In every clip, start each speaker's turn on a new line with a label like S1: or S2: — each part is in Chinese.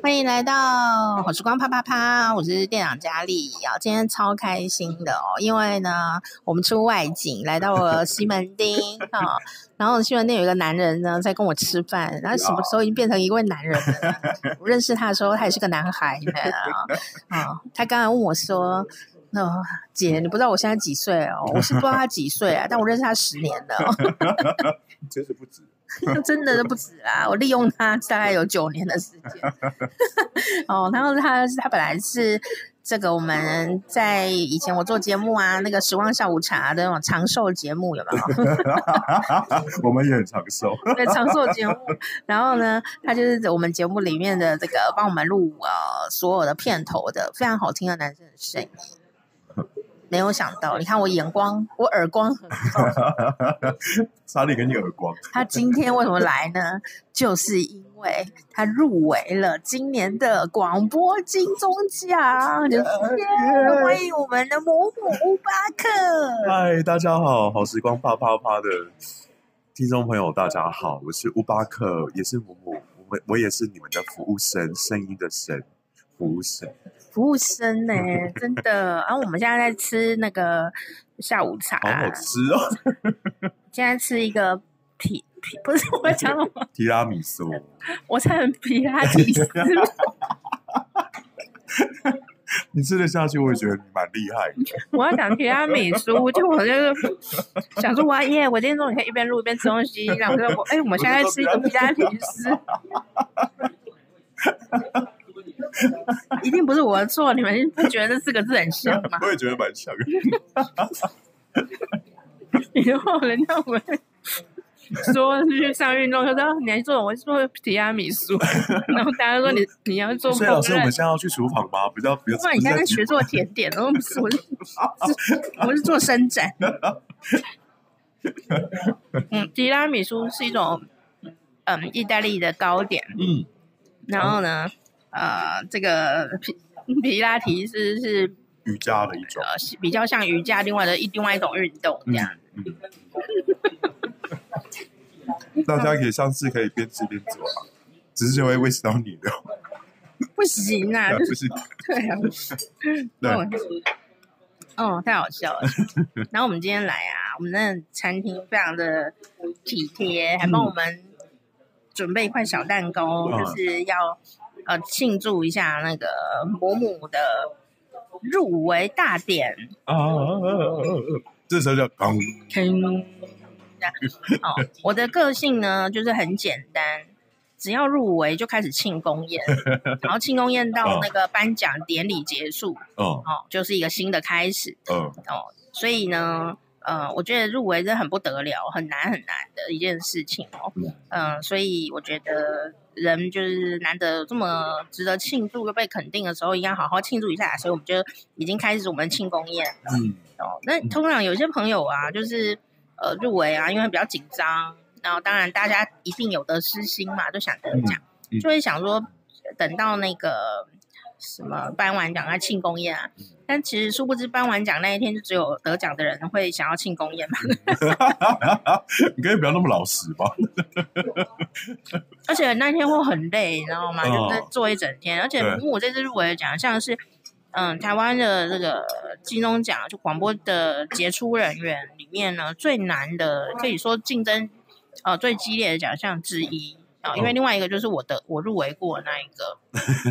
S1: 欢迎来到好时光啪啪啪，我是店长佳丽啊，今天超开心的哦，因为呢，我们出外景来到了西门町啊、然后西门町有一个男人呢在跟我吃饭，然后什么时候已经变成一位男人了呢？我认识他的时候，他也是个男孩呢啊、他刚才问我说。那、姐，你不知道我现在几岁哦？我是不知道他几岁啊，但我认识他十年了哦、
S2: 真是不止。
S1: 真的都不止啦，我利用他大概有九年的时间。 哦，然后他他本来是这个我们在以前我做节目啊，那个时光下午茶的那种长寿节目有没有？
S2: 我们也很长寿，
S1: 对长寿节目。然后呢，他就是我们节目里面的这个帮我们录呃所有的片头的非常好听的男生的声音。没有想到，你看我眼光，我耳光很好。
S2: 差点给你耳光。
S1: 他今天为什么来呢？就是因为他入围了今年的广播金钟奖，就是耶欢迎我们的母母乌巴克。
S2: 嗨，大家好，好时光啪啪啪的听众朋友，大家好，我是乌巴克，也是母母，我们我也是你们的服务生，声音的声，服务生。
S1: 服务生呢、真的。啊然后我们现在在吃那个下午茶，
S2: 好好吃哦，
S1: 现在吃一个皮皮，不是我讲什么，
S2: 提拉米苏。
S1: 我差点皮拉提斯。
S2: 你吃得下去，我也觉得你蛮厉害的。
S1: 我要讲提拉米苏，就我就是想说，哇耶！我今天中午可以一边录一边吃东西，然后我就说，哎、我们现在吃一个提拉米苏，一定不是我的错，你们不觉得这四个字很像 吗？
S2: 我也觉得蛮像的。
S1: 以后人家会说去上运动，就说啊你还做，我做提拉米苏， 然后大家说你你要做
S2: 所以
S1: 烹
S2: 老师，我们
S1: 饪。
S2: 现在要去厨房吗？不要不要。
S1: 不然你现在在学做甜点，然后不是我是我是做伸展。嗯，提拉米苏是一种嗯意大利的糕点，
S2: 嗯，
S1: 然后呢，呃，这个皮皮拉提斯是
S2: 瑜伽的一种。
S1: 呃是比较像瑜伽另外的一另外一种运动这
S2: 嗯
S1: 样。
S2: 大家也上次可以边吃边做啊，只是就会喂食到你的，
S1: 不行啊，就
S2: 不
S1: 是
S2: 是？
S1: 对啊，
S2: 对，
S1: 哦哦，太好 笑了。然后我们今天来啊，我们那餐厅非常的体贴，还帮我们准备一块小蛋糕，
S2: 嗯
S1: 就是要呃庆祝一下那个伯母的入围大典。
S2: 啊，这时候就砰，嗯
S1: 铿这样哦，我的个性呢就是很简单，只要入围就开始庆功 宴，然后庆功宴
S2: 哦
S1: 到那个颁奖典礼结束
S2: 嗯
S1: 哦，就是一个新的开始
S2: 嗯，
S1: 哦。所以呢，呃，我觉得入围真的很不得了，很难很难的一件事情哦。
S2: 嗯
S1: 嗯、所以我觉得人就是难得有这么值得庆祝又被肯定的时候，应该好好庆祝一下。所以我们就已经开始我们的庆功宴。
S2: 嗯，
S1: 哦，那通常有些朋友啊，就是呃入围啊，因为比较紧张，然后当然大家一定有的失心嘛，就想得奖，
S2: 嗯嗯
S1: 就会想说等到那个什么颁完奖啊庆功宴啊，
S2: 嗯
S1: 但其实殊不知颁完奖那一天就只有得奖的人会想要庆功宴嘛，
S2: 你可以不要那么老实吧？
S1: 而且那天会很累，你知道吗？
S2: 哦
S1: 就是做一整天，而且
S2: 对
S1: 我这次入围的奖项是。嗯，台湾的这个金钟奖就广播的杰出人员里面呢，最难的可以说竞争呃最激烈的奖项之一啊、因为
S2: 嗯
S1: 另外一个就是我的我入围过的那一个，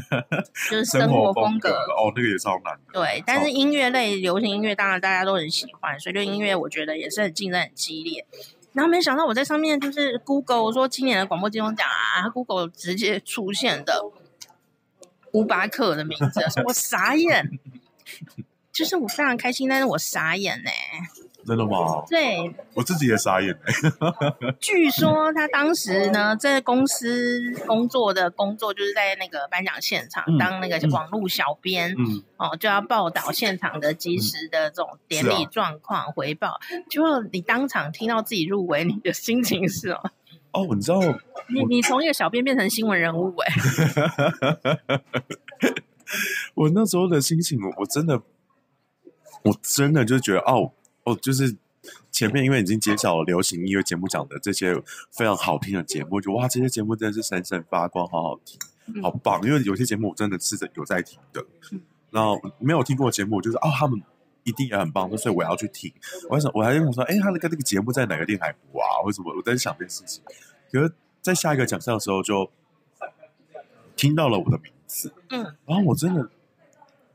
S1: 就是
S2: 生
S1: 生
S2: 活
S1: 活
S2: 风
S1: 风
S2: 格
S1: 格
S2: 哦，那个也超难的，
S1: 对，但是音乐类流行音乐当然大家都很喜欢，所以对音乐我觉得也是很竞争很激烈。然后没想到我在上面就是 Google 说今年的广播金钟奖啊，Google 直接出现的乌巴克的名字， 我傻眼。就是我非常开心，但是我傻眼呢、
S2: 真的吗？
S1: 对，
S2: 我自己也傻眼哎，
S1: 据说他当时呢，在公司工作的工作就是在那个颁奖现场、
S2: 嗯
S1: 当那个
S2: 嗯
S1: 网络小编，
S2: 嗯，
S1: 哦，就要报道现场的即时的这种典
S2: 是啊
S1: 礼状况回报。结果你当场听到自己入围，你的心情是 哦，
S2: 哦，你知道，
S1: 你
S2: 我
S1: 你从一个小编变成新闻人物哎、
S2: 我那时候的心情，我我真的，我真的就觉得，哦，哦，就是前面因为已经揭晓了流行音乐节目奖的这些非常好听的节目，就哇，这些节目真的是闪闪发光，好好听，
S1: 嗯
S2: 好棒。因为有些节目我真的是有在听的
S1: 嗯，
S2: 然后没有听过的节目，我就是哦，他们一定也很棒，所以我要去听。我还想，我还在想说，哎、他那个那个节目在哪个电台播啊，或者什么？我在想这件事情。可是，在下一个奖项的时候，就听到了我的名字，
S1: 嗯，
S2: 然后我真的，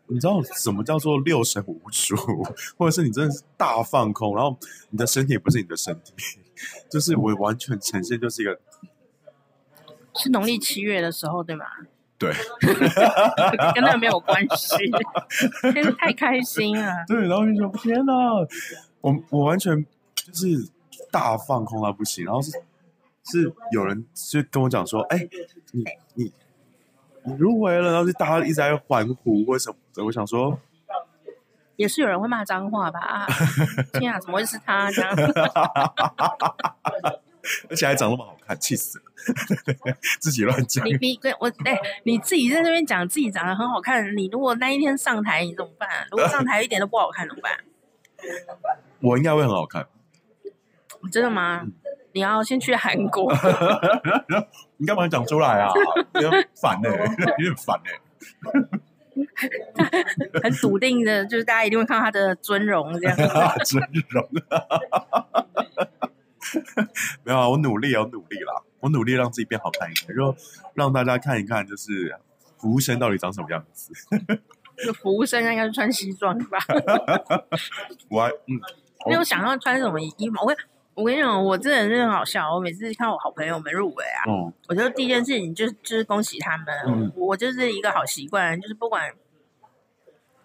S2: 你知道什么叫做六神无主， 或者是你真的是大放空，然后你的身体也不是你的身体， 就是我完全呈现就是一个
S1: 是农历七月的时候，对吗？
S2: 对，
S1: 跟那个没有关系，真是太开心了。
S2: 对，然后就说天哪，我我完全就是大放空到不行，然后是是有人就跟我讲说，哎、你你你入围了，然后就大家一直在欢呼或什么的，我想说，
S1: 也是有人会骂脏话吧？啊，天啊，怎么会是他这样？
S2: 而且还长那么好看，气死了， 自己乱讲
S1: 你。你跟我哎、你自己在那边讲自己长得很好看，你如果那一天上台，你怎么办？如果上台一点都不好看怎么办？
S2: 我应该会很好看，
S1: 真的吗？你要先去韩国，
S2: 你干嘛讲出来啊？有点烦呢、有点烦呢、欸
S1: 很笃定的，就是大家一定会看到他的尊容这样。
S2: 真容。没有啊，我努力啊，我努力啦，我努力让自己变好看一点，就让大家看一看，就是服务生到底长什么样子。
S1: 就服务生应该是穿西装吧？
S2: 我还嗯，
S1: 没有想要穿什么衣服。我我跟你讲，我这人真的很好笑。我每次看我好朋友们入围啊，
S2: 哦，
S1: 我就第一件事情就是就是恭喜他们。
S2: 嗯
S1: 我就是一个好习惯，就是不管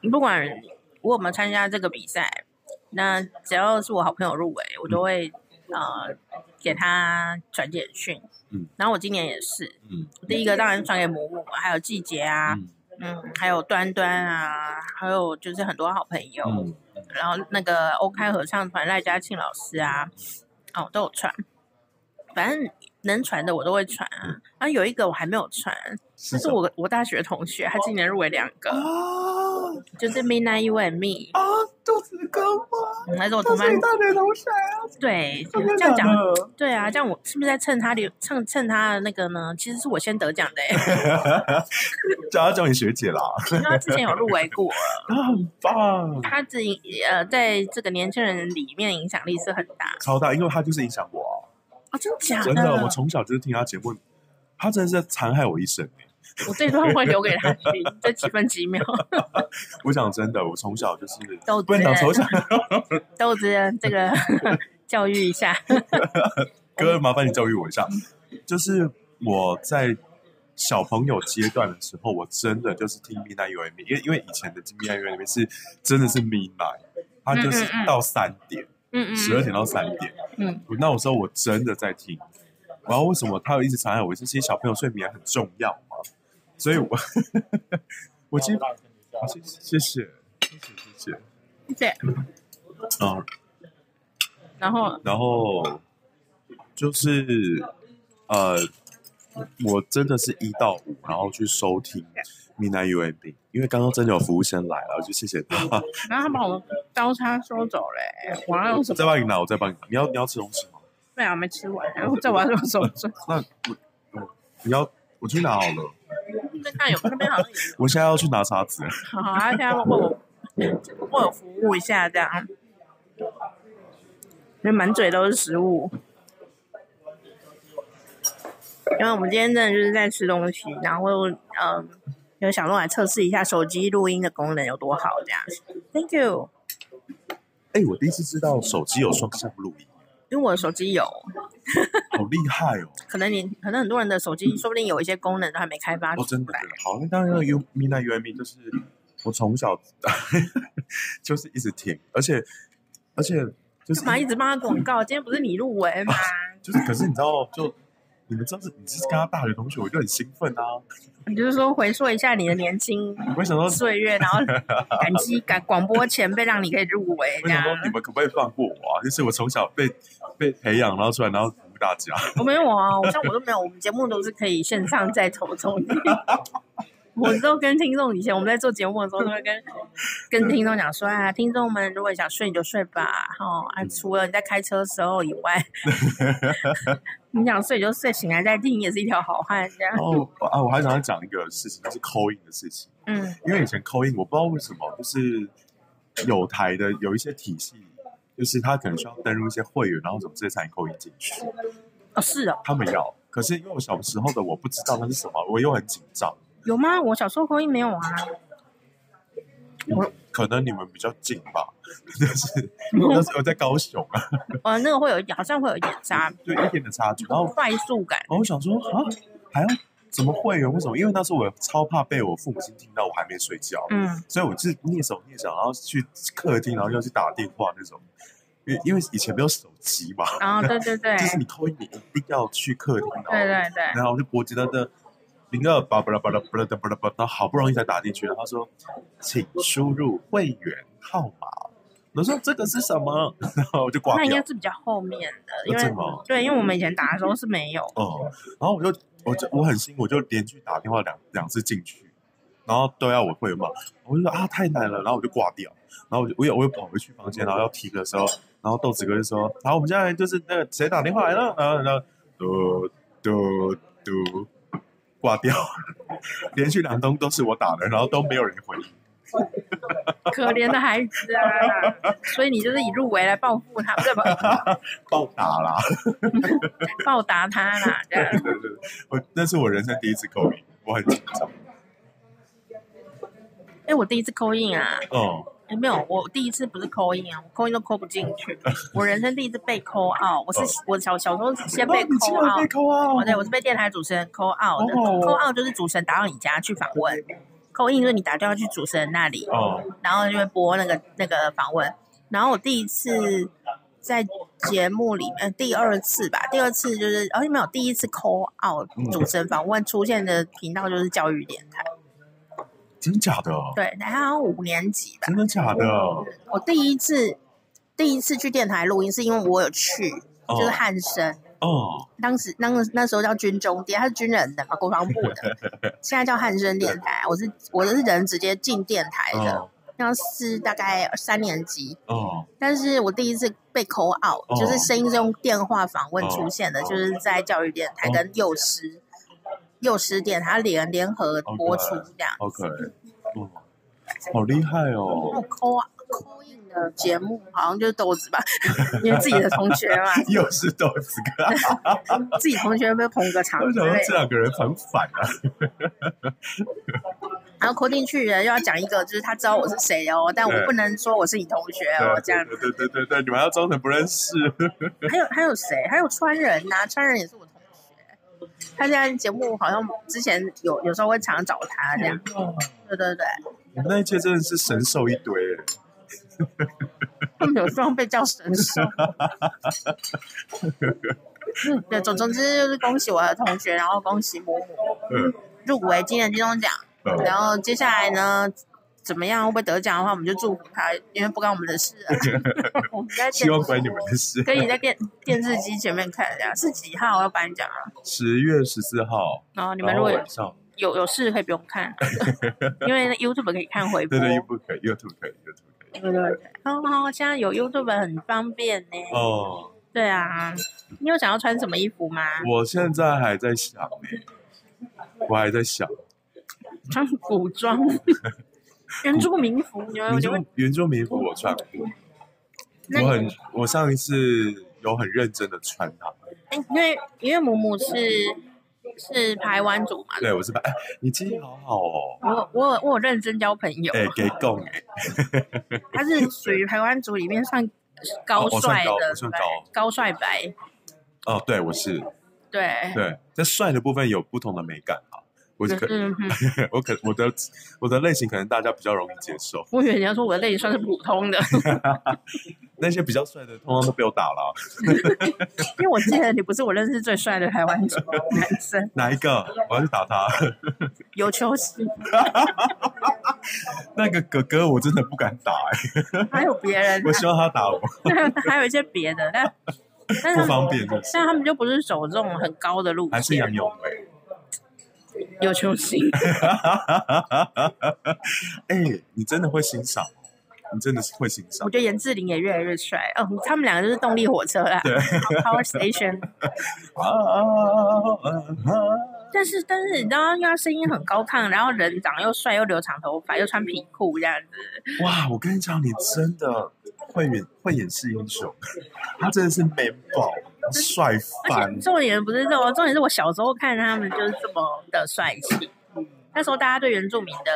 S1: 你不管我有没有参加这个比赛，那只要是我好朋友入围，我都会、呃给他传简讯。
S2: 嗯，
S1: 然后我今年也是，
S2: 嗯
S1: 第一个当然传给母母，还有季杰啊，
S2: 嗯
S1: 嗯还有端端啊，还有就是很多好朋友。
S2: 嗯
S1: 然后那个欧开合唱团赖家庆老师啊，哦都有传，反正能传的我都会传啊。然后有一个我还没有传，
S2: 是
S1: 这是
S2: 什么
S1: 我我大学同学，他今年入围两个，
S2: 啊
S1: 就是 Midnight You and Me，
S2: 啊，肚子哥吗？
S1: 嗯还是我
S2: 都
S1: 同班
S2: 是你大学同学啊，
S1: 对，
S2: 真的
S1: 这样
S2: 假
S1: 讲
S2: 的？
S1: 对啊，这样我是不是在蹭他的蹭蹭他的那个呢？其实是我先得奖的、欸，
S2: 叫他啊叫你学姐啦，
S1: 因为他之前有入围过，
S2: 她很棒，
S1: 他自己呃在这个年轻人里面影响力是很大
S2: 超大，因为她就是影响我
S1: 哦，真的
S2: 啊，
S1: 假
S2: 真的，我从小就是听她节目，她真的是残害我一生。
S1: 我这段会留给他听，这几分几 秒。
S2: 我讲真的，我从小就是
S1: 豆子
S2: 不能讲从小，
S1: 豆子这个教育一下，
S2: 哥，麻烦你教育我一下。就是我在小朋友阶段的时候，我真的就是听 Midnight U M，因 E 为因为以前的 Midnight U M E 是真的是 Midnight，它就是
S1: 嗯嗯嗯
S2: 到三点，
S1: 嗯嗯，
S2: 十二点到三点。
S1: 嗯，
S2: 那我时候我真的在听。然后为什么他有一直传染我？是其实小朋友睡眠很重要嘛，所以我 我其实好谢谢谢谢谢谢谢谢
S1: 对，
S2: 啊，
S1: 然后
S2: 然后就是呃，我真的是一到五，然后去收听 Midnight U M B，因为刚刚真的有服务生来了，我就谢谢他。
S1: 然后他把我刀叉收走了、欸，我要用什
S2: 我
S1: 么？
S2: 再帮你拿，我再帮你拿。你要你要吃东西吗？
S1: 对啊，我没吃完，然后这我要用 手 做。
S2: 那我我你要我去拿好了，
S1: 那那有那边好像有，
S2: 我现在要去拿叉子。
S1: 好好，他现在为我为我服务一下这样，因为满嘴都是食物。因为我们今天真的就是在吃东西，然后嗯，有想说来测试一下手机录音的功能有多好这样。Thank you。
S2: 哎、我第一次知道手机有双向录音，
S1: 因为我的手机有，
S2: 好厉害哦！
S1: 可能你可能很多人的手机说不定有一些功能都还没开发出
S2: 哦，真的
S1: 来。
S2: 真的好。那当然，U Midnight U M B 就是我从小 就是一直听，而且而且就是
S1: 干嘛一直帮他广告？今天不是你入围吗？
S2: 就是，可是你知道，就你们知道是你是跟他大学同学，我就很兴奋啊！
S1: 你就是说回溯一下你的年轻
S2: 我想说，
S1: 岁月， 然后感激感广播前辈让你可以入围
S2: 我
S1: 这
S2: 想
S1: 样。
S2: 说，你们可不可以放过我啊？就是我从小被被培养，然后出来，然后服务大家。
S1: 我没有啊，我像我都没有，我们节目都是可以线上再投中的。我都跟听众以前我们在做节目的时候，都会跟跟听众讲说啊，听众们如果想睡你就睡吧，哦啊，
S2: 嗯
S1: 除了你在开车的时候以外， 你想睡就睡，醒来再听也是一条好汉这样
S2: 然。后啊，我还想要讲一个事情，就是扣印的事情。
S1: 嗯
S2: 因为以前扣印，我不知道为什么，就是有台的有一些体系，就是他可能需要登录一些会员，然后怎么这些才能扣印进去。
S1: 哦，是哦，
S2: 他们要，可是因为我小时候的我不知道那是什么，我又很紧张。
S1: 有吗？我小时候口音没有啊，我
S2: 可能你们比较近吧， 但是那时候在高雄啊，
S1: 呃，那个会有一点，好像会有一点差
S2: 对一点的差距。然后
S1: 快速感。
S2: 然后我想说啊，还要怎么会员？为什么？因为那时候我超怕被我父母亲听到我还没睡觉，
S1: 嗯，
S2: 所以我是蹑手蹑脚，然后去客厅，然后要去打电话那种。因为因为以前没有手机嘛，
S1: 然后对对对，
S2: 就是
S1: 对
S2: 你扣音，你一定要去客厅，然后
S1: 对对，
S2: 然后就拨接到的零二八巴拉巴拉巴拉巴拉巴拉，然后好不容易才打进去，然后他说请输入会员号码。我说这个是什么？ 然后我就挂
S1: 那应
S2: 掉
S1: 该。是比较后面的，因
S2: 真的
S1: 为
S2: 哦
S1: 对，因为我们以前打的时候是没有。
S2: 哦，然后我就我就我很新，我就连续打电话两两次进去，然后都要我会嘛，我就说啊太难了，然后我就挂掉，然后我就我也我又跑回去房间，然后要踢的时候，然后豆子哥就说，然后我们现在就是那个谁打电话来了，然后然后嘟嘟嘟挂掉，连续两通都是我打的，然后都没有人回应，
S1: 可怜的孩子啊！ 所以你就是以入围来报复他，不是不
S2: 暴打啦，
S1: 报答他啦，这样。
S2: 我那是我人生第一次口音，我很紧张，
S1: 哎、我第一次扣印啊，
S2: 嗯，
S1: 哎、没有，我第一次不是扣印啊，我扣印都扣不进去，我人生第一次被扣 out，我是我小小时候是先被
S2: 哦你竟
S1: 扣
S2: 然
S1: out，
S2: 被扣啊
S1: 哦，！对，我是被电台主持人 call out 的
S2: 哦
S1: ，call out 就是主持人打到你家去访问，call in 就是你打电话去主持人那里，
S2: 哦，
S1: 然后就会播那个那个访问。然后我第一次在节目里面，呃第二次吧，第二次就是，而、且没有第一次 call out
S2: 嗯
S1: 主持人访问出现的频道就是教育电台，
S2: 真假的？哦
S1: 对，然后五年级吧，
S2: 真的假的？
S1: 我第一次第一次去电台录音是因为我有去，就是汉声。
S2: 哦，
S1: 当时那个那时候叫军中电，他是军人的嘛，国防部 的，现在叫汉声电台。我是我是人直接进电台的，
S2: 哦，
S1: 那是大概三年级。
S2: 哦，
S1: 但是我第一次被口 out，、
S2: 哦
S1: 就是声音是用电话访问出现的，
S2: 哦
S1: 就是在教育电台跟幼师、幼师电台它联联合播出这样。
S2: 好可爱，哦，好厉害
S1: 我
S2: 哦！
S1: 扣 call in 的节目好像就是豆子吧， 因为自己的同学嘛，
S2: 又是豆子哥，
S1: 自己同学被捧个场
S2: 我
S1: 之
S2: 想说
S1: 类
S2: 这
S1: 的。
S2: 两个人很反啊。
S1: 然后 call 进去的又要讲一个，就是他知道我是谁哦，但我
S2: 对
S1: 不能说我是你同学哦，这样。
S2: 对对对对对，你们还要装成不认识。
S1: 还有还有谁？还有川人呐、川人也是我同学。他现在节目好像之前有有时候会常找他这样。对对对，
S2: 你们那一届真的是神兽一堆耶，
S1: 他们有时候被叫神 兽。对，总总之就是恭喜我的同学，然后恭喜母母
S2: 嗯
S1: 入围今年金钟奖，
S2: 嗯，
S1: 然后接下来呢？怎么样？会不会得奖的话，我们就祝福他，因为不干我们的事 了。我们在
S2: 希
S1: 电
S2: 望关你们的事。
S1: 可以在电电视机前面看一下，是几号要颁奖啊？
S2: 十月十四号，
S1: 然后你们
S2: 然
S1: 如
S2: 后
S1: 果有
S2: 晚上，
S1: 有有事可以不用 看，啊因为那 YouTube 可以看回播。
S2: 对对，又不可以，又不可以，又不可
S1: 对
S2: 以。
S1: 对对哦，哦现在有 YouTube 很方便呢。
S2: 哦，
S1: 对啊，你有想要穿什么衣服吗？
S2: 我现在还在想耶，我还在想，
S1: 穿古 装，原住民服，你们
S2: 原
S1: 你
S2: 住
S1: 们
S2: 原住民服我穿过，
S1: 嗯那
S2: 我很我上一次有很认真的穿它。
S1: 哎因为因为母母是是台湾族嘛，
S2: 对，我是白。哎，你记忆好好哦。
S1: 我我有我有认真交朋友，
S2: 哎，给供哎，
S1: 他是属于台湾族里面算高
S2: 哦我
S1: 帅
S2: 算
S1: 的
S2: 高
S1: 对
S2: 我
S1: 不
S2: 算
S1: 对，
S2: 高
S1: 高帅白，
S2: 哦，对，我是
S1: 对，
S2: 对，在帅的部分有不同的美感啊。我可
S1: 嗯哼。
S2: 我可我的我的类型可能大家比较容易接受，
S1: 我以为你要说我的类型算是普通的，
S2: 那些比较帅的通常都被我打了。啊
S1: 因为我记得你不是我认识最帅的台湾族男生，
S2: 哪一个？我要去打他。
S1: 有秋实
S2: 那个哥哥我真的不敢打哎，
S1: 还有别人
S2: 我希望他打我，
S1: 啊， 还有一些别的， 但但是
S2: 不
S1: 他们
S2: 方便。
S1: 但他们就不是走这种很高的路
S2: 还是
S1: 线
S2: 杨，永伟？
S1: 有球星，
S2: 哎、你真的会欣赏，哦你真的是会欣赏
S1: 我。觉得严志玲也越来越帅。哦，他们两个就是动力火车啦，Power Station。
S2: 啊啊啊啊啊！
S1: 但是但是你知道，因为他声音很高亢，然后人长得又帅，又留长头发，又穿皮裤这样子，
S2: 哇，我跟你讲，你真的会演会演示英雄，他真的是美宝，帅
S1: 而
S2: 翻
S1: 且。重点不是这种，重点是我小时候看他们就是这么的帅气。那时候大家对原住民的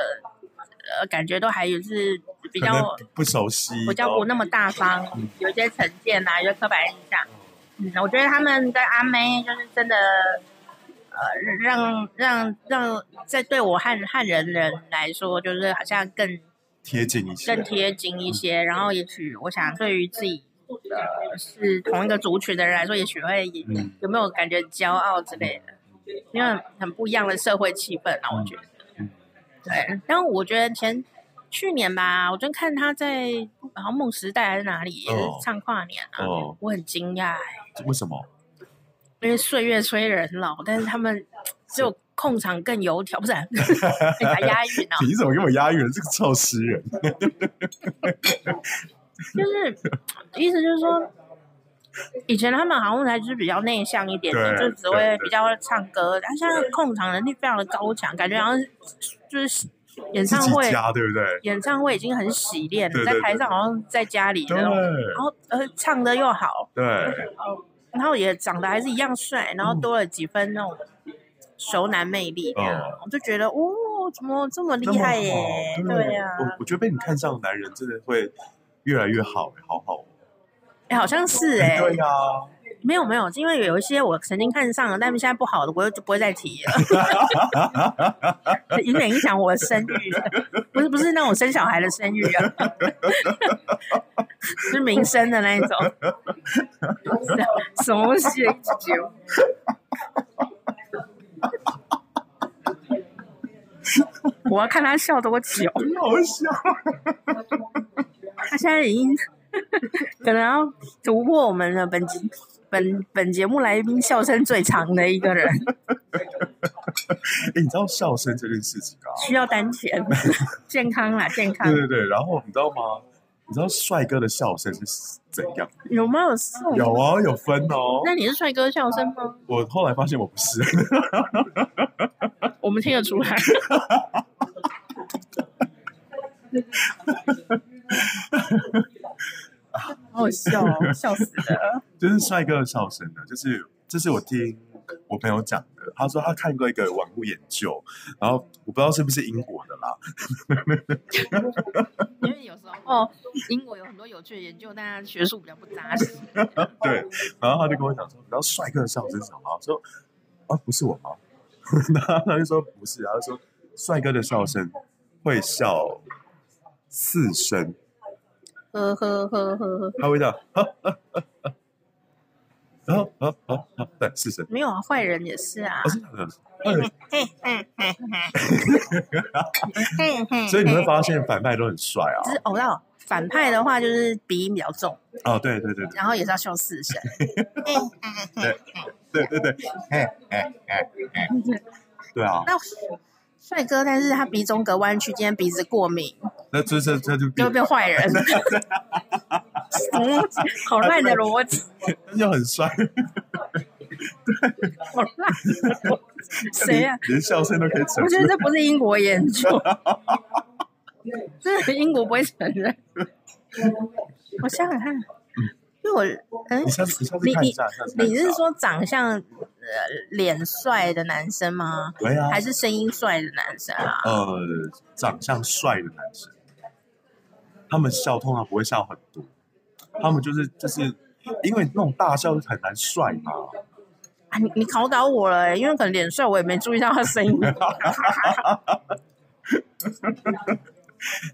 S1: 呃感觉都还有是比
S2: 可能
S1: 较
S2: 不熟悉，
S1: 比较不那么大方
S2: 嗯，
S1: 有一些成见啊，有一些刻板印象。嗯，我觉得他们跟阿妹就是真的，呃，让让让在对我汉汉人人来说，就是好像更
S2: 贴近一些
S1: 更。贴近一些。然后也许我想，对于自己呃是同一个族群的人来说，也许会也
S2: 嗯
S1: 有没有感觉骄傲之类的，因为很不一样的社会气氛啊，我觉得
S2: 嗯。
S1: 对，但我觉得前去年吧，我就看他在好像梦时代还是哪里，也是
S2: 哦
S1: 唱跨年啊，
S2: 哦，
S1: 我很惊讶欸，
S2: 为什么？
S1: 因为岁月催人老，但是他们只有控场更油条，不是、啊？ 哎呀押韵啊，
S2: 你怎么给我押韵？这个臭诗人！
S1: 就是 意思就是说，以前他们好像还是比较内向一点点，就
S2: 对
S1: 只会
S2: 对
S1: 比较唱歌，他现在控场能力非常的高强，感觉好像是就是演
S2: 自
S1: 唱
S2: 己
S1: 会
S2: 家对不对？
S1: 演唱会已经很洗练了，
S2: 对
S1: 在
S2: 对
S1: 台
S2: 对
S1: 上好像在家里的那种，
S2: 对
S1: 然后呃唱的又好，
S2: 对，
S1: 然后也长得还是一样帅，然后多了几分那种熟男魅力，这样
S2: 哦
S1: 我就觉得哦，怎么这么
S2: 那
S1: 厉
S2: 么
S1: 害
S2: 好
S1: 耶？对啊呀、
S2: 我我觉得被你看上的男人真的会越来越好，好好哦。
S1: 哎，好像 是哎、
S2: 对呀，
S1: 没有没有，因为有一些我曾经看上了，但是现在不好的，我就不会再提了， 以免影响我的生育。不是不是那种生小孩的生育啊，是民生的那一种。什么东西啊的一集节目？ 我要看他笑多久。
S2: 很好笑。
S1: 他现在已 经可能要突破我们的本集本本节目来宾笑声最长的一个人，
S2: 哎，你知道笑声这件事情啊？
S1: 需要丹 田，健康啦，健康
S2: 对对对，然后你知道吗？你知道帅哥的笑声是怎样？
S1: 有没有送？
S2: 有啊，有分哦。
S1: 那你是帅哥笑声吗？
S2: 我后来发现我不是，
S1: 我们听得出 来。好好笑哦，笑死了！
S2: 就是帅哥的笑声呢，就是这是我听我朋友讲的，他说他看过一个网络研究，然后我不知道是不是英国的啦，
S1: 因为有时候哦英国有很多有趣的研究，但他学术比较不扎实。
S2: 对，然后他就跟我讲说，你知道帅哥的笑声是什么吗？我说啊，不是我吗？ 然后他就说不是，啊他就说帅哥的笑声会笑四声，
S1: 呵呵呵呵呵，
S2: 他会这样，然后啊啊啊，对，四声，
S1: 没有啊，坏人也是啊
S2: 不。是的，嗯
S1: 嘿嘿嘿嘿嘿
S2: 所以你会发现反派都很帅啊
S1: 就，是偶到反派的话，就是鼻音比较重，
S2: 哦，对对对对
S1: 然后也是要秀四声。
S2: 对对对，哎哎哎哎，对啊，
S1: 那帅哥，但是他鼻中隔弯曲，今天鼻子过敏，
S2: 那这这这就
S1: 就会变坏人。嗯，好烂的逻辑，
S2: 又很帅，
S1: 好烂的逻辑。谁呀、啊？
S2: 连笑声都可以扯
S1: 我觉
S2: 出
S1: 得这不是英国研究，这是英国不会承认。我想想看，因为我嗯
S2: 你，下次你下次看一下，下次看一
S1: 你
S2: 下
S1: 是说长相呃脸帅的男生吗？
S2: 对啊
S1: 还，是声音帅的男生啊？
S2: 呃，长相帅的男生，他们笑通常不会笑很多，他们就是就是因为那种大笑是很难帅嘛，
S1: 啊，你你考倒我了欸、因为可能脸帅，我也没注意到他声音。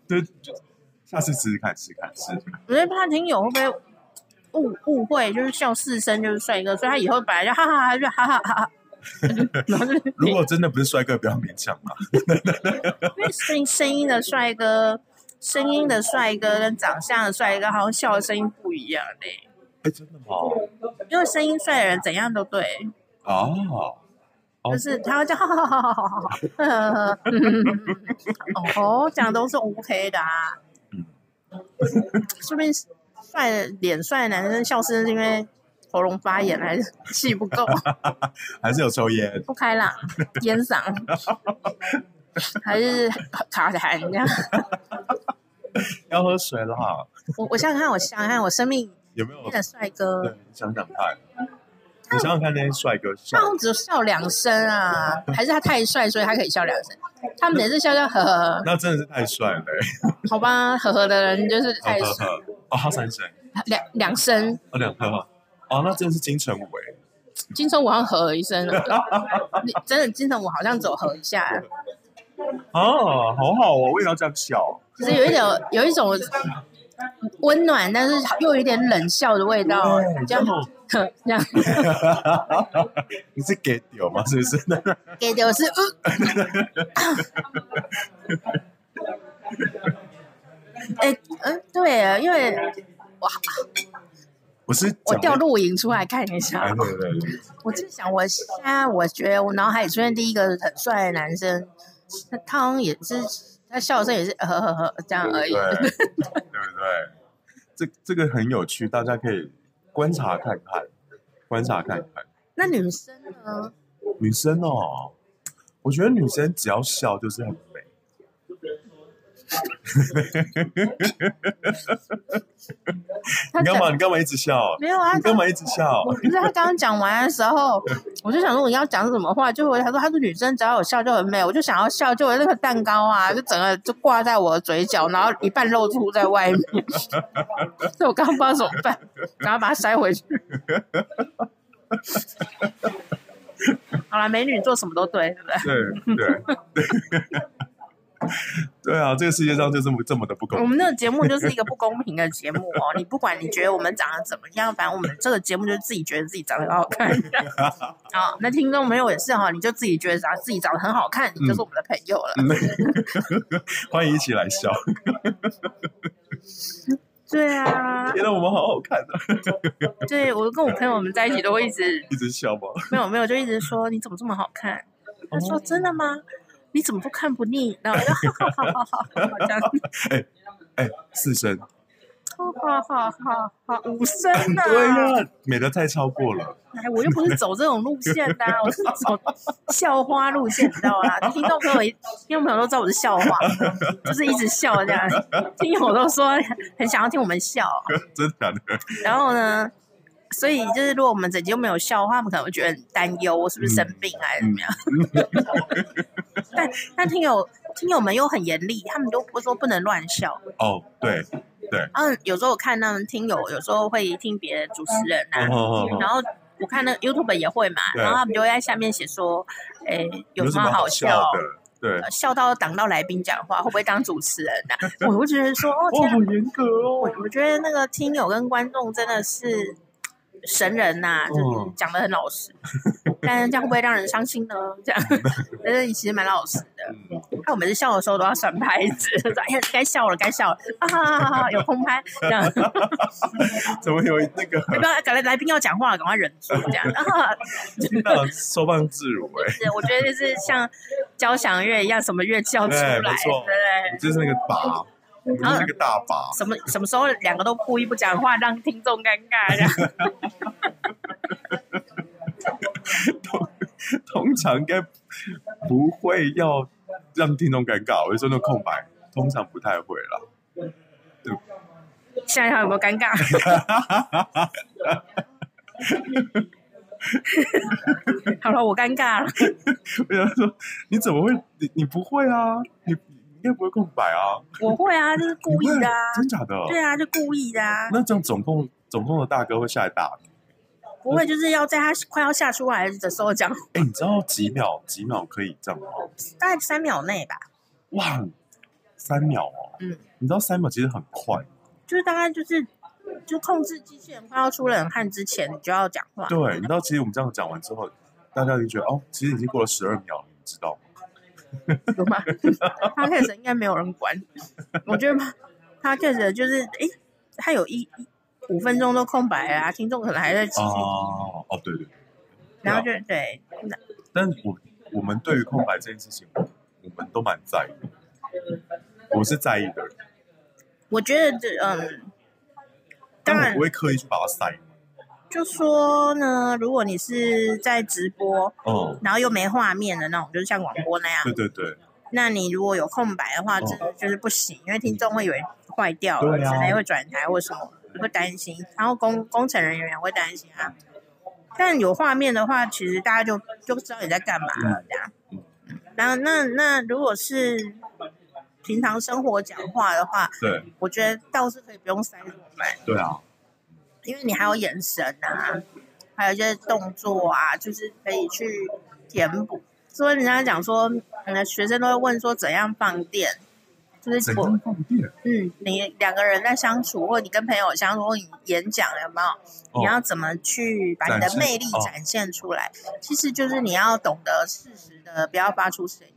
S2: 对，就下次试试看，试试看，试试看。
S1: 我觉得怕听友会不会误误会，就是笑四声就是帅哥，所以他以后本来就哈哈哈，就哈哈哈哈。然后就是
S2: 如果真的不是帅哥，不要勉强嘛。
S1: 因为声声音的帅哥，声音的帅哥跟长相的帅哥，好像笑的声音不一样嘞、
S2: 哎，真的吗？
S1: 因为声音帅的人怎样都对，
S2: 哦， 哦
S1: 就是他会叫， 嗯哦，这样都是 OK 的啊
S2: 嗯。
S1: 说不定帅脸帅的男生笑是因为喉咙发炎还是气不够
S2: 还是有抽烟，
S1: 不开朗，烟嗓，还是卡痰这样。
S2: 要喝水啦。
S1: 我我想想看，我想想看，我生命
S2: 有没
S1: 里
S2: 有
S1: 面？的帅哥，
S2: 哦对，你想想看，你想想看那些帅哥笑
S1: 他，好像只有笑两声啊，还是他太帅，所以他可以笑两声。他们每次笑笑呵呵呵，
S2: 那真的是太帅了、
S1: 好吧，呵呵的人就是 太
S2: 欸！呵
S1: 帅
S2: 呵呵，哦，他三声，
S1: 两两声，
S2: 哦两呵呵，哦，那真的是金城武哎、
S1: 金城武好像呵了一声了，你真的金城武好像走呵一下，
S2: 啊，好好哦，我也要这样笑。
S1: 只是有一点哦有一种温暖，但是又有一点冷笑的味道，这样
S2: 对
S1: 呵这样
S2: 你是给丢吗？是不是？
S1: 给的是 呃。哎、嗯，对，因为
S2: 我是
S1: 我啊
S2: 讲
S1: 调录影出来看一下
S2: 哎，，对对对，
S1: 我就想，我现在我觉得我脑海里出现第一个很帅的男生，他他好像也是，他笑声也是呃呵呵呵这样啊而已。
S2: 对对对，这这个很有趣，大家可以观察看看，观察看看。
S1: 那女生呢？
S2: 女生哦，我觉得女生只要笑就是很美。
S1: 她
S2: 你干嘛？
S1: 讲
S2: 你干嘛一直笑？
S1: 没有啊？
S2: 你干嘛一直笑？
S1: 可是她刚刚讲完的时候，我就想说我要讲什么话，就回她说她说女生只要有笑就很美，我就想要笑，就那个蛋糕啊，就整个就挂在我的嘴角，然后一半露出在外面， 所以我刚刚不知道怎么办，然后把它塞回去。好了，美女做什么都对，对不对？
S2: 对对 对啊！这个世界上就这么这么的不公
S1: 我
S2: 平。
S1: 们这个节目就是一个不公平的节目哦，你不管你觉得我们长得怎么样，反正我们这个节目就是自己觉得自己长得很好看。 啊、那听众朋友也是哈、你就自己觉得长自己长得很好看，你
S2: 嗯
S1: 就是我们的朋友了。
S2: 欢迎一起来笑，
S1: 对啊，
S2: 天哪，我们好好看啊！
S1: 对我跟我朋友我们在一起都会一直
S2: 一直笑吗？
S1: 没有没有就一直说你怎么这么好看？他
S2: 哦
S1: 说真的吗？你怎么不看不腻？然后我就 哈哈哈哈哈哈这样，
S2: 哎，四声，
S1: 哈哈哈哈五声啊呢、
S2: 对啊呀，美的太超过了。
S1: 哎，我又不是走这种路线的、啊，我是走校花路线，你知道吗？听众朋友也、听众朋友都知道我是校花，就是一直笑这样，听友都说很想要听我们笑。
S2: 真的假的？
S1: 然后呢，所以就是如果我们整集都没有笑的话，他们可能会觉得很担忧，我是不是生病啊还是怎么样？ 但但听友听友们又很严厉，他们都不说不能乱笑。
S2: 哦，对，
S1: 嗯，有时候我看他们听友，有时候会听别的主持人啊，
S2: 嗯嗯嗯
S1: 然后我看那 YouTube 也会嘛，
S2: 对
S1: 然后他们就会在下面写说，诶，
S2: 有
S1: 什
S2: 什么
S1: 好
S2: 好笑
S1: 呃
S2: 的？对，
S1: 笑到挡到来宾讲话，会不会当主持人 呐、啊？我就觉得说，哦，
S2: 哇，
S1: 天啊
S2: 好严格
S1: 我
S2: 哦。
S1: 我觉得那个听友跟观众真的是神人呐、就是
S2: 嗯
S1: 讲的很老实， 但是这样会不会让人伤心呢？ 这样，但是你其实蛮老实的。
S2: 嗯
S1: 看我每次笑的时候都要甩拍子， 说哎呀，该笑了，该笑了，啊哈哈哈哈，有空拍，这样，
S2: 怎么有那个
S1: 要不要？赶来来宾要讲话了，赶快忍住，这样，啊，
S2: 那收放自如、欸？
S1: 是，我觉得就是像交响乐一样，什么乐器要出来，对
S2: 对哎没错
S1: 不对？
S2: 就是那个把，
S1: 啊
S2: 你就是那个大把。
S1: 什么什么时候两个都故意不讲话，让听众尴尬这样？
S2: 通常应该不会要让听众尴尬，我就说那种空白，通常不太会啦。
S1: 现在还有没有尴尬？好了，我尴尬了。
S2: 我想说，你怎么会？你你不会啊？你你应该不会空白啊？
S1: 我会啊，就是故意的啊，
S2: 你会真假的？
S1: 对啊，就故意的啊，
S2: 那这样总共总共的大哥会下来打你。
S1: 不会就是要在他快要吓出来的时候讲，
S2: 哎、你知道几秒几秒可以这样吗？
S1: 大概三秒内吧，
S2: 哇，三秒哦。
S1: 嗯。
S2: 你知道三秒其实很快。
S1: 就是大概就是就控制机器人快要出冷汗之前，你就要讲话。
S2: 对，你知道，其实我们这样讲完之后，大家就觉得哦，其实已经过了十二秒了，你知道吗？
S1: 有吗 ？Podcast 应该没有人管，我觉得 Podcast 就是诶，它有一一五分钟都啊空白啦、听众可能还在继续，
S2: 哦哦哦，对对，
S1: 然后就对，
S2: 但我我们对于空白这件事情，我我们都蛮在意的。我是在意的人，
S1: 我觉得这嗯，当
S2: 但我
S1: 然
S2: 不会刻意去把它塞满。
S1: 就说呢，如果你是在直播，
S2: 嗯，
S1: 然后又没画面的那种，就是像广播那样
S2: 对，对对，
S1: 那你如果有空白的话，
S2: 哦
S1: 这就是不行，因为听众会以为坏掉了，
S2: 对啊
S1: 之类会转台或什么，会担心。然后工工程人员也会担心啊。但有画面的话，其实大家就就知道你在干嘛了，这样
S2: 嗯。
S1: 然后那那如果是平常生活讲话的话，
S2: 对
S1: 我觉得倒是可以不用塞这么满，
S2: 对啊，
S1: 因为你还有眼神啊，还有一些动作啊，就是可以去填补。所以人家讲说，嗯，学生都会问说怎样放电，就是
S2: 怎
S1: 我
S2: 样放电？
S1: 嗯，你两个人在相处，或你跟朋友相处，或你演讲有没有？
S2: 哦
S1: 你要怎么去把你
S2: 展
S1: 的
S2: 现
S1: 魅力
S2: 哦
S1: 展现出来？其实就是你要懂得适时的不要发出声音。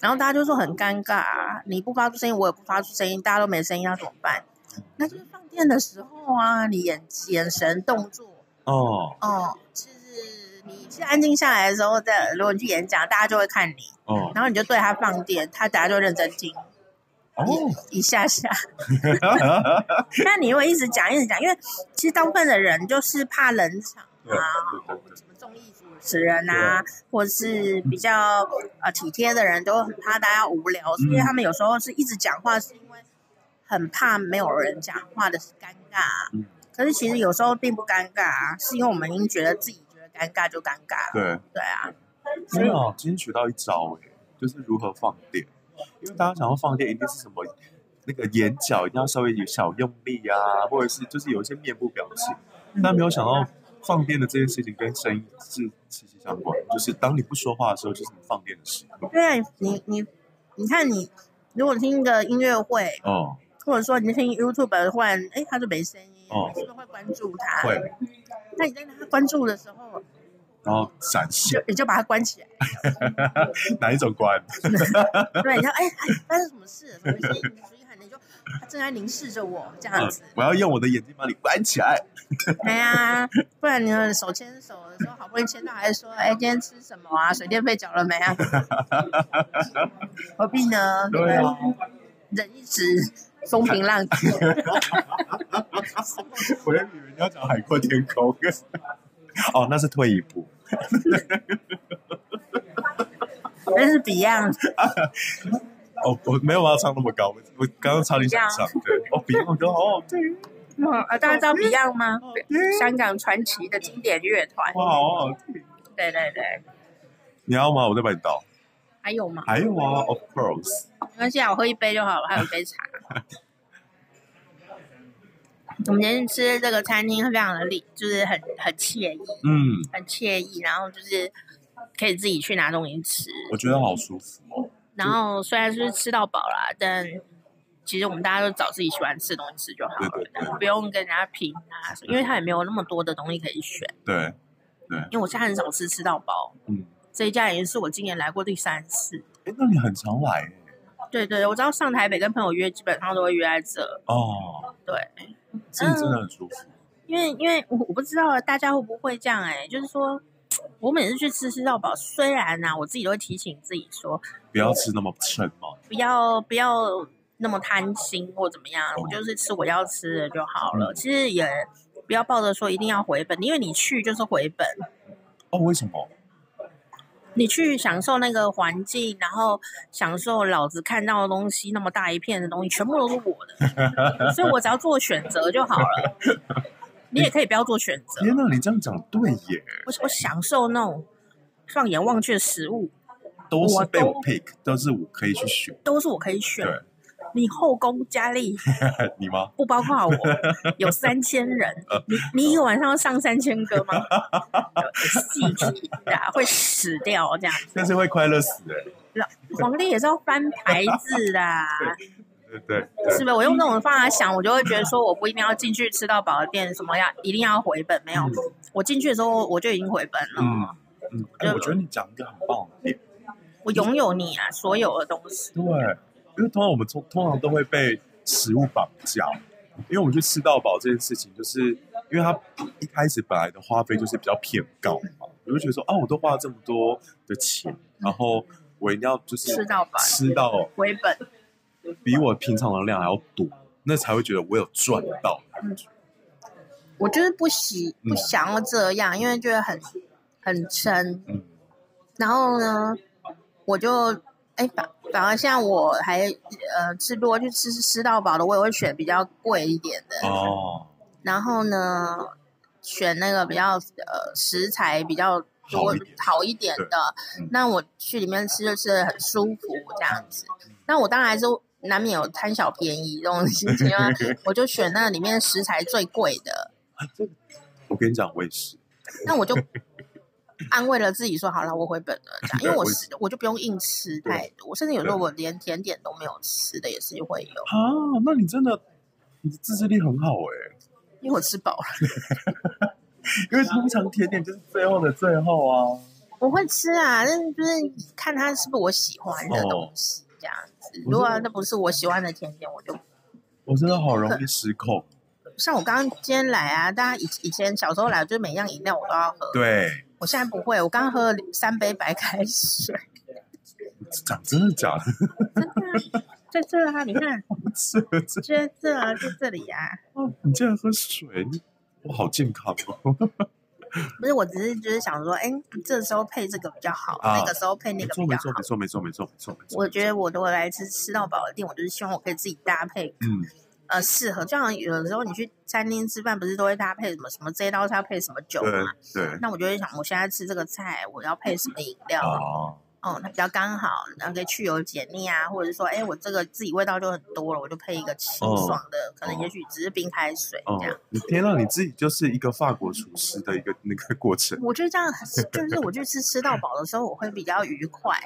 S1: 然后大家就说很尴尬、啊，你不发出声音，我也不发出声音，大家都没声音，那怎么办？那就是放电的时候啊，你眼眼神动作，
S2: 哦
S1: 哦、就是你是安静下来的时候，再如果你去演讲，大家就会看你，
S2: 哦
S1: 然后你就对他放电，他大家就会认真听。
S2: 哦，
S1: 一下下。 那你会一直讲一直讲，因为其实大部分的人就是怕冷场
S2: 对
S1: 啊，
S2: 对对对，
S1: 什么综艺主持人啊，或是比较呃体贴的人，都很怕大家无聊，所
S2: 嗯
S1: 以他们有时候是一直讲话，是因为很怕没有人讲话的尴尬。啊
S2: 嗯
S1: 可是其实有时候并不尴尬啊，是因为我们已经觉得自己觉得尴尬就尴尬了，
S2: 对。
S1: 对啊，所
S2: 没
S1: 以
S2: 有，今天学到一招哎、就是如何放电。因为大家想要放电，一定是什么那个眼角一定要稍微有小用力啊，或者是就是有一些面部表情。但没有想到放电的这件事情跟声音是息息相关，就是当你不说话的时候，就是你放电的时候。
S1: 对你你你看你，如果听一个音乐会，
S2: 哦，
S1: 或者说你听 YouTube 忽然哎，他就没声音，
S2: 哦
S1: 你是不是会关注他？
S2: 会。，
S1: 那你在他关注的时候，
S2: 然后闪现
S1: 就 你就把它关起来。
S2: 哪一种关？
S1: 对，你就哎哎，发生什么事？什么声音？所以喊你就他正在凝视着我这样
S2: 嗯
S1: 子。
S2: 我要用我的眼睛把你关起来。
S1: 哎呀，不然你的手牵手的时候，好不容易牵到，还说哎今天吃什么啊？水电费缴了 没啊？何必呢？
S2: 对啊，
S1: 忍一时风平浪 静。
S2: 我以为你要讲海阔天空。 哦，那是退一步。
S1: 那是 Beyond
S2: 哦，我没有要唱那么高，我我刚刚差点想唱。对，哦，比我高哦，对，
S1: 啊，大家知道 Beyond 吗？香港传奇的经典乐团。
S2: 嗯哇，哦好好听。
S1: 对对对，
S2: 你要吗？我再帮你倒。
S1: 还有吗？
S2: 还有啊，Of course，
S1: 没关系啊，我喝一杯就好了，还有一杯茶。我们今天吃这个餐厅非常的厉，就是很很惬意，
S2: 嗯，
S1: 很惬意，然后就是可以自己去拿东西吃，
S2: 我觉得好舒服哦。
S1: 然后虽然是吃到饱啦，但其实我们大家都找自己喜欢吃的东西吃就好
S2: 对
S1: 了，
S2: 对对
S1: 不用跟人家拼啊，因为它也没有那么多的东西可以选。
S2: 对，
S1: 因为我现在很少吃吃到饱，
S2: 嗯，
S1: 这一家已经是我今年来过第三次。
S2: 哎，那你很常来耶
S1: 对对，我知道上台北跟朋友约，基本上都会约在这。
S2: 哦，
S1: 对，
S2: 这个真的很舒服。
S1: 因为因为我我不知道大家会不会这样哎、就是说我每次去吃吃到饱，虽然呢、我自己都会提醒自己说
S2: 不要吃那么撑嘛。
S1: 不要不要那么贪心或怎么样，我就是吃我要吃的就好了。其实也不要抱着说一定要回本，因为你去就是回本，
S2: 哦，为什么？
S1: 你去享受那个环境，然后享受老子看到的东西，那么大一片的东西，全部都是我的，所以我只要做选择就好了。你也可以不要做选择，
S2: 天哪，你这样讲对耶，
S1: 我我享受那种放眼望去的食物，
S2: 都是
S1: 我
S2: 被我
S1: 都
S2: pick，都是我可以去选。
S1: 都是我可以选。
S2: 对，
S1: 你后宫佳丽
S2: 哎你吗？
S1: 不包 括我，有三千人，
S2: 嗯
S1: 你你一个晚上要上三千个吗？细体啊，会死掉这样。
S2: 但是会快乐死哎。
S1: 皇帝也是要翻牌子啦，
S2: 对
S1: 是
S2: 对对，
S1: 不是？我用那种方法想，我就会觉得说，我不一定要进去吃到饱的店，什么要一定要回本没有？我进去的时候我就已经回本了，
S2: 嗯嗯，哎，我觉得你讲一个很棒的点。
S1: 我拥有你啊，所有的东西。
S2: 对，因为通常我们通通常都会被食物绑架，因为我们去吃到饱这件事情，就是因为它一开始本来的花费就是比较偏高嘛，我就觉得说啊，我都花了这么多的钱，然后我一定要就是
S1: 吃到饱
S2: 吃到
S1: 回本，
S2: 比我平常的量还要多，那才会觉得我有赚到。
S1: 我就是不喜
S2: 嗯
S1: 不想要这样，因为觉得很很撑。
S2: 嗯
S1: 然后呢，我就哎反反而像我还呃吃如果去吃吃到饱的，我也会选比较贵一点的。
S2: 哦，
S1: 然后呢，选那个比较呃食材比较多
S2: 好一点
S1: 好一点的
S2: 对嗯。
S1: 那我去里面吃就吃的很舒服这样子。
S2: 嗯
S1: 那我当然还是难免有贪小便宜这种心情，因 为我就选那里面食材最贵的。
S2: 啊我跟你讲，我也是，
S1: 那我就安慰了自己说，好了，我回本了，这样，因为
S2: 对
S1: 我
S2: 我
S1: 是我就不用硬吃
S2: 对
S1: 太多，甚至有时候
S2: 对
S1: 我连甜点都没有吃的也是会有，
S2: 啊，那你真的你的自制力很好哎、
S1: 因为我吃饱了，
S2: 因为通常甜点就是最后的最后啊。
S1: 我会吃啊，但是就是看它是不是我喜欢的
S2: 哦
S1: 东西这样子。
S2: 我
S1: 如果
S2: 真的
S1: 那不是我喜欢的甜点，我就
S2: 我真的好容易失控，
S1: 像我刚刚今天来啊，大家以以前小时候来，就是每样饮料我都要喝，
S2: 对，
S1: 我现在不会，我刚喝了三杯白开水，
S2: 讲真的假的？
S1: 在这啊，你看
S2: 这这，
S1: 就在这啊，在这里啊。
S2: 哦你竟然喝水，你我好健康哦！
S1: 不是，我只是就是想说，哎、这时候配这个比较好，
S2: 啊
S1: 那个时候配
S2: 没
S1: 那个
S2: 错，
S1: 比
S2: 没
S1: 较
S2: 错，
S1: 好
S2: 没。错，没错，没错，没错，没错。
S1: 我觉得我如果来吃吃到饱的店，我就是希望我可以自己搭配，
S2: 嗯，
S1: 呃，适合。就像有的时候你去餐厅吃饭，不是都会搭配什么什么这一道菜配什么酒
S2: 对
S1: 嘛？
S2: 对
S1: 那我就会想，我现在吃这个菜，我要配什么饮料？
S2: 啊，
S1: 哦，那比较刚好，然后可以去油解腻啊，或者是说，哎、我这个自己味道就很多了，我就配一个清爽的，可能也许只是冰开水
S2: 哦
S1: 这样。，
S2: 你天呐，你自己就是一个法国厨师的一个那个过程。
S1: 我觉得这样是，就是我去吃吃到饱的时候，我会比较愉快。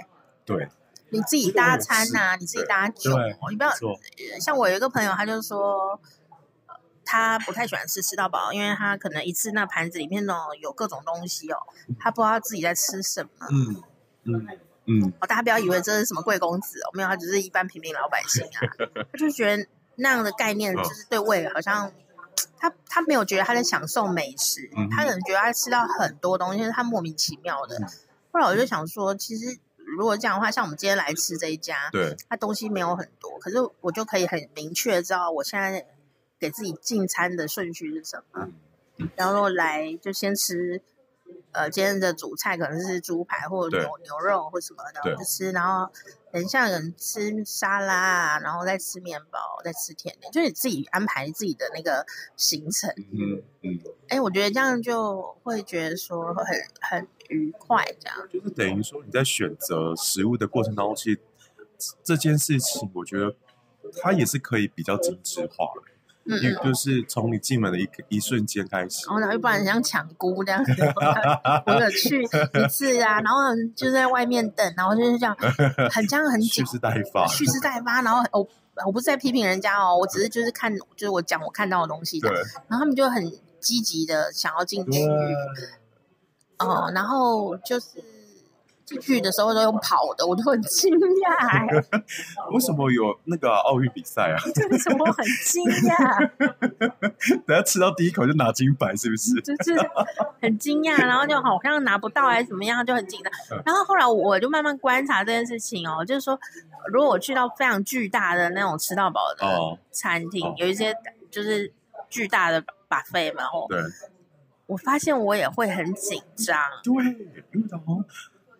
S2: 对
S1: 你自己
S2: 这个我
S1: 搭
S2: 也
S1: 餐
S2: 是
S1: 呐、你自己
S2: 对
S1: 搭酒
S2: 对，
S1: 你不要
S2: 没错
S1: 像我有一个朋友，他就说，呃他不太喜欢吃吃到饱，因为他可能一次那盘子里面呢有各种东西哦，他不知道自己在吃什么。
S2: 嗯嗯嗯，
S1: 哦，大家不要以为这是什么贵公子哦，没有，他只是一般平民老百姓 啊，他就觉得那样的概念
S2: 嗯
S1: 就是对胃好像。他他没有觉得他在享受美食，
S2: 嗯哼
S1: 他可能觉得他吃到很多东西，他莫名其妙的
S2: 嗯。
S1: 后来我就想说，其实如果这样的话，像我们今天来吃这一家，
S2: 对，
S1: 它东西没有很多，可是我就可以很明确地知道我现在给自己进餐的顺序是什么，
S2: 嗯
S1: 然后来就先吃，呃，今天的主菜可能是猪排或
S2: 对
S1: 牛牛肉或什么的，
S2: 对
S1: 就吃，然后等一下有人吃沙拉啊，然后再吃面包，再吃甜点，就是自己安排自己的那个行程。
S2: 嗯嗯，
S1: 哎，我觉得这样就会觉得说很很愉快，这样
S2: 就是等于说你在选择食物的过程当中，其实这件事情，我觉得它也是可以比较精致化的。
S1: 嗯
S2: 因为
S1: 嗯。
S2: 就是从你进门的一个一瞬间开始
S1: 然，后呢，要不然很像抢姑这样子。我有去一次啊，然后就在外面等，然后就是这样，很这样很
S2: 蓄
S1: 紧，
S2: 势待发，
S1: 蓄势待发。然后我我不是在批评人家哦，我只是就是看，就是我讲我看到的东西这
S2: 对
S1: 样，然后他们就很积极的想要进去，
S2: 对，
S1: 哦，然后就是。进去的时候都用跑的，我都很惊讶，哎
S2: 为什么有那个奥运比赛啊？
S1: 这个什么很惊讶，
S2: 等下吃到第一口就拿金牌，是不是？
S1: 就是很惊讶，然后就好像拿不到还是怎么样，就很紧张
S2: 嗯。
S1: 然后后来我就慢慢观察这件事情哦，就是说，如果我去到非常巨大的那种吃到饱的
S2: 哦，
S1: 餐厅，
S2: 哦
S1: 有一些就是巨大的 buffet 嘛，哦，
S2: 对
S1: 我发现我也会很紧张。
S2: 对，因为好像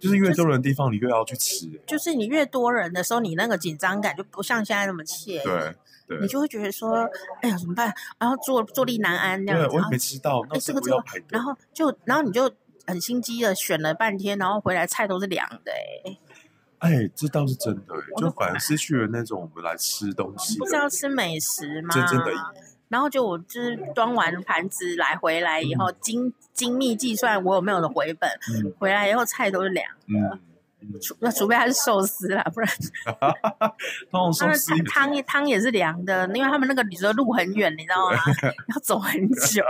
S2: 就是越多人的地方，你越要去吃，
S1: 就是你越多人的时候，你那个紧张感就不像现在那么切，
S2: 对对
S1: 你就会觉得说，哎呀怎么办？然后坐坐立难安这
S2: 对，
S1: 样子，
S2: 我
S1: 然
S2: 也
S1: 后
S2: 没吃到，那
S1: 哎这个
S2: 不要排队，
S1: 然后就然后你就很心机的选了半天，然后回来菜都是凉的、哎，
S2: 哎，这倒是真的，欸就反而失去了那种我们来吃东西
S1: 不是要吃美食吗？
S2: 真正的意
S1: 然后就我就是端完盘子来回来以后，精精密计算我有没有的回本，
S2: 嗯
S1: 回来以后菜都是凉，
S2: 嗯嗯，
S1: 除那除非它是寿司啦，不然它
S2: 通常寿
S1: 的
S2: 司
S1: 汤
S2: 也
S1: 汤也汤也是凉的，因为他们那个旅游路很远，你知道 吗？要走很久。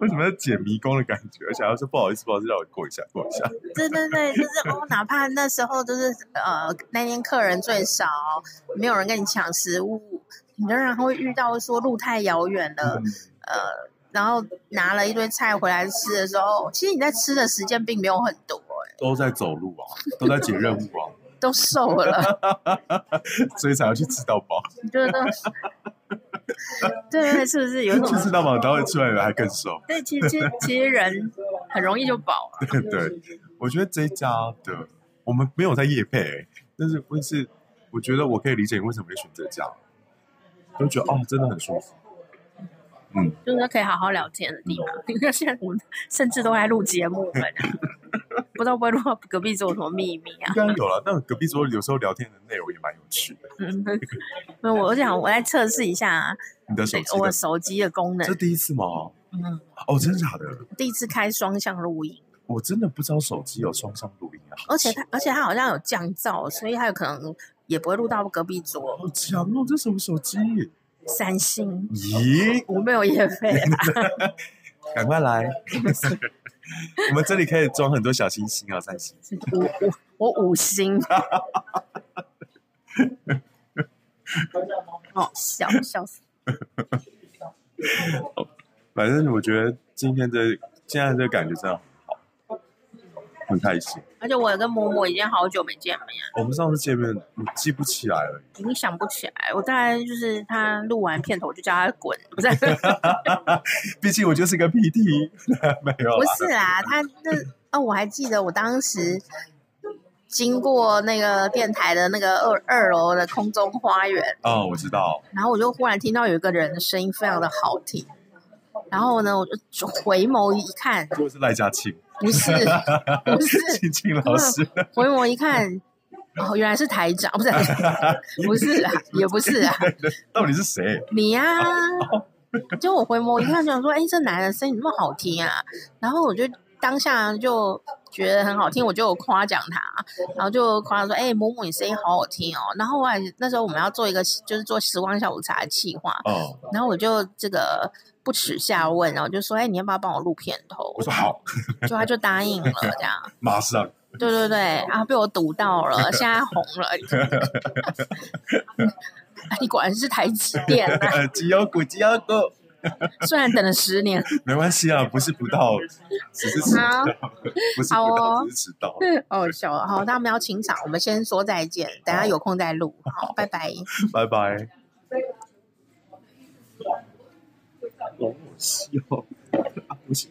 S2: 为 什么要解迷宫的感觉？而且要说不好意思，不好意思，让我过一下，过一下。
S1: 对对对，就是哦，哪怕那时候就是呃，那天客人最少，没有人跟你抢食物，你仍然会遇到说路太遥远了，
S2: 嗯
S1: 呃，然后拿了一堆菜回来吃的时候，其实你在吃的时间并没有很多、欸，
S2: 都在走路啊，都在解任务啊，
S1: 都瘦了，
S2: 所以才要去吃到饱。
S1: 你觉得？对对，是不是有一种
S2: 去？吃到饱，然后出来还更瘦。
S1: 对，其实其实其实人很容易就饱了，
S2: 对对，我觉得这一家的我们没有在夜配、欸但是问是，我觉得我可以理解你为什么会选这家，都觉得哦，真的很舒服。嗯，
S1: 就是说可以好好聊天的地方。 你看现在我们甚至都在录节目了，不知道会不会录到隔壁桌有什么秘密啊
S2: 应？该有了。但隔壁桌有时候聊天的内容也蛮有趣的。
S1: 嗯，那我我想我来测试一下、啊、
S2: 你的手机
S1: 我
S2: 的，
S1: 手机的功能
S2: 这。第一次吗？
S1: 嗯，
S2: 哦，真的假的？
S1: 第一次开双向录音，
S2: 我真的不知道手机有双向录音啊！
S1: 而且它而且它好像有降噪，所以它有可能也不会录到隔壁桌。
S2: 好强哦，这什么手机？
S1: 三星，
S2: 咦，
S1: 我没有业费啊，
S2: 赶快来！我们这里可以装很多小星星啊，三星。
S1: 我我五星。哦，笑笑死！
S2: 反正我觉得今天的现在这个感觉真的很好，很开心。
S1: 而且我跟嬷嬷已经好久没见面了，
S2: 我们上次见面，我记不起来了。
S1: 已经想不起来。我大概就是他录完片头，我就叫他滚，不是不
S2: 毕竟我就是个 PT，没有啦。
S1: 是啦，他那哦，我还记得我当时经过那个电台的那个二二楼的空中花园，
S2: 哦，我知道，
S1: 然后我就忽然听到有一个人的声音非常的好听，然后呢，我就回眸一看，
S2: 就是赖佳庆，
S1: 不是不是，
S2: 庆庆老师，
S1: 回眸一看，哦，原来是台长，不是 不是啊，也不是啊，
S2: 到底是谁？
S1: 你呀、就我回眸一看，就想说，哎、这男的声音怎么那么好听啊？然后我就当下就觉得很好听，我就有夸奖他，然后就夸他说，哎、某某你声音好好听哦。然后我还那时候我们要做一个就是做时光下午茶的企划，
S2: 哦，
S1: 然后我就这个不耻下问，然后就说，哎、你要不要帮我录片头
S2: 我？说好，
S1: 就他就答应了，这样。
S2: 马上。
S1: 对对对，啊，被我堵到了，现在红了。 你果然是台积电啊！
S2: 呃吉优股，吉优股，
S1: 虽然等了十年，
S2: 没关系啊，不是不到，只是迟到
S1: 好，
S2: 不是
S1: 好
S2: 不到，
S1: 哦
S2: 只是迟到。
S1: 哦，笑了。好，那我们要清场，我们先说再见，等下有空再录。好，拜拜。
S2: 拜拜。 好好笑，不行。